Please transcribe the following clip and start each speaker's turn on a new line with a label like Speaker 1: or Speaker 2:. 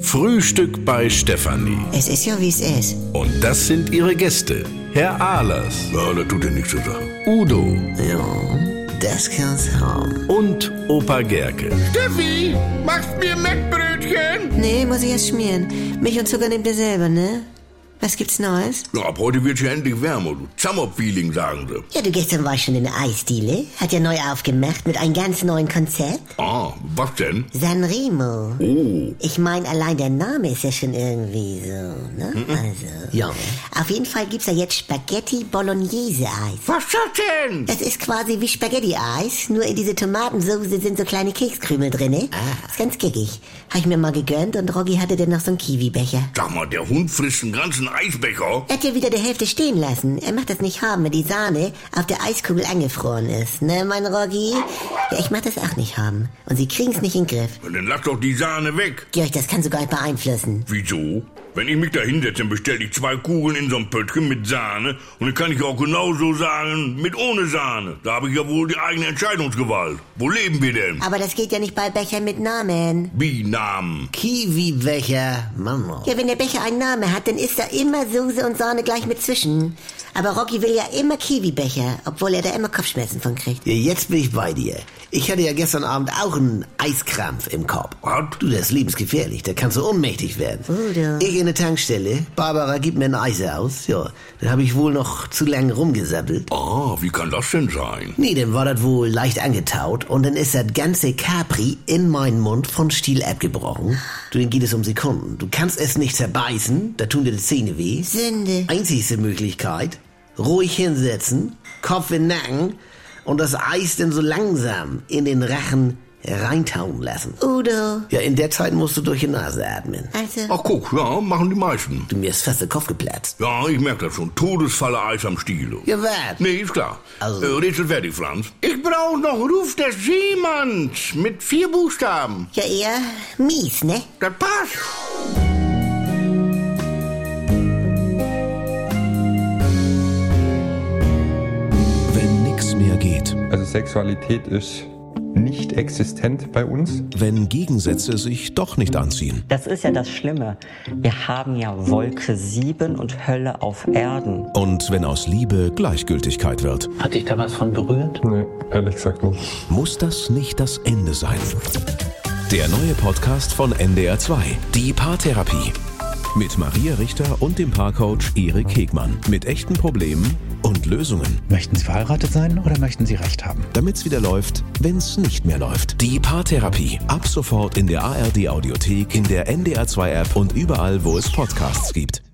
Speaker 1: Frühstück bei Stefanie.
Speaker 2: Es ist ja, wie es ist.
Speaker 1: Und das sind ihre Gäste. Herr Ahlers,
Speaker 3: Ja, das tut dir nichts zu sagen.
Speaker 1: Udo
Speaker 2: Ja, das kann's haben.
Speaker 1: und Opa Gerke.
Speaker 4: Steffi, machst mir Mettbrötchen?
Speaker 2: Nee, muss ich erst schmieren. Milch und Zucker nehmt ihr selber, ne? Was gibt's Neues?
Speaker 3: Ja, ab heute wird's ja endlich wärmer. Du Summer-Feeling, sagen sie.
Speaker 5: Ja, du gestern war ich schon in der Eisdiele. Hat ja neu aufgemacht mit einem ganz neuen Konzept.
Speaker 3: Ah, was denn?
Speaker 5: Sanremo.
Speaker 3: Oh,
Speaker 5: Ich meine, allein der Name ist ja schon irgendwie so, ne? Also.
Speaker 2: Mhm. Ja.
Speaker 5: Auf jeden Fall gibt's ja jetzt Spaghetti Bolognese Eis.
Speaker 4: Was das denn?
Speaker 5: Das ist quasi wie Spaghetti Eis, nur in diese Tomatensoße sind so kleine Kekskrümel drinne. Ist ganz kickig. Hab ich mir mal gegönnt und Rogi hatte dann noch so einen Kiwibecher.
Speaker 3: sag mal, der Hund frisst einen ganzen Eisbecher.
Speaker 5: Er hat ja wieder die Hälfte stehen lassen. Er macht das nicht haben, wenn die Sahne auf der Eiskugel angefroren ist. Ne, mein Rogi? Ja, ich mach das auch nicht haben. Und sie kriegen's nicht in den Griff.
Speaker 3: Na, Dann lass doch die Sahne weg.
Speaker 5: Georg, das kann sogar beeinflussen.
Speaker 3: Wieso? Wenn ich mich da hinsetze, dann bestell ich zwei Kugeln in so einem Pöttchen mit Sahne. Und dann kann ich auch genauso sagen, mit ohne Sahne. Da habe ich ja wohl die eigene Entscheidungsgewalt. Wo leben wir denn?
Speaker 5: Aber das geht ja nicht bei Bechern mit Namen.
Speaker 3: Binamen.
Speaker 4: Kiwi-Becher, Mama.
Speaker 5: Ja, wenn der Becher einen Namen hat, dann ist da immer Soße und Sahne gleich mit zwischen. Aber Rocky will ja immer Kiwi-Becher, obwohl er da immer Kopfschmerzen von kriegt.
Speaker 4: Ja, Jetzt bin ich bei dir. Ich hatte ja gestern Abend auch einen Eiskrampf im Kopf.
Speaker 3: Was?
Speaker 4: Du, das ist lebensgefährlich. Da kannst du ohnmächtig werden.
Speaker 5: Udo.
Speaker 4: Ich in der Tankstelle. Barbara gibt mir ein Eis aus. Ja, dann habe ich wohl noch zu lange rumgesappelt.
Speaker 3: Ah, wie kann das denn sein?
Speaker 4: Nee, dann war das wohl leicht angetaut und dann ist das ganze Capri in meinen Mund von Stiel abgebrochen. Du, dann geht es um Sekunden. Du kannst es nicht zerbeißen, da tun dir die Zähne weh.
Speaker 5: Sünde.
Speaker 4: Einzigste Möglichkeit, ruhig hinsetzen, Kopf in den Nacken und das Eis dann so langsam in den Rachen reintauen lassen.
Speaker 5: Udo. alltså,
Speaker 4: Ja, in der Zeit musst du durch die Nase atmen.
Speaker 5: Also,
Speaker 3: Ach guck, ja, machen die meisten.
Speaker 4: Du, mir ist fast der Kopf geplatzt.
Speaker 3: Ja, ich merke das schon. Todesfalle Eis am Stiel.
Speaker 4: Ja, was?
Speaker 3: Nee, ist klar.
Speaker 4: Also-
Speaker 3: Äh, Rätsel fertig, Franz.
Speaker 4: Ich brauch noch Ruf des Seemanns mit vier Buchstaben.
Speaker 5: ja eher mies, ne?
Speaker 4: Das passt.
Speaker 6: Wenn nix mehr geht,
Speaker 7: Also Sexualität ist nicht existent bei uns.
Speaker 6: wenn Gegensätze sich doch nicht anziehen,
Speaker 8: Das ist ja das Schlimme. Wir haben ja Wolke 7 und Hölle auf Erden.
Speaker 6: und wenn aus Liebe Gleichgültigkeit wird,
Speaker 9: Hat dich da was von berührt?
Speaker 7: Nee, ehrlich gesagt nicht.
Speaker 6: muss das nicht das Ende sein. Der neue Podcast von NDR2, die Paartherapie. Mit Maria Richter und dem Paarcoach Erik Hegmann. Mit echten Problemen und Lösungen.
Speaker 10: Möchten Sie verheiratet sein oder möchten Sie Recht haben?
Speaker 6: Damit's wieder läuft, wenn's nicht mehr läuft. Die Paartherapie. Ab sofort in der ARD-Audiothek, in der NDR2-App und überall, wo es Podcasts gibt.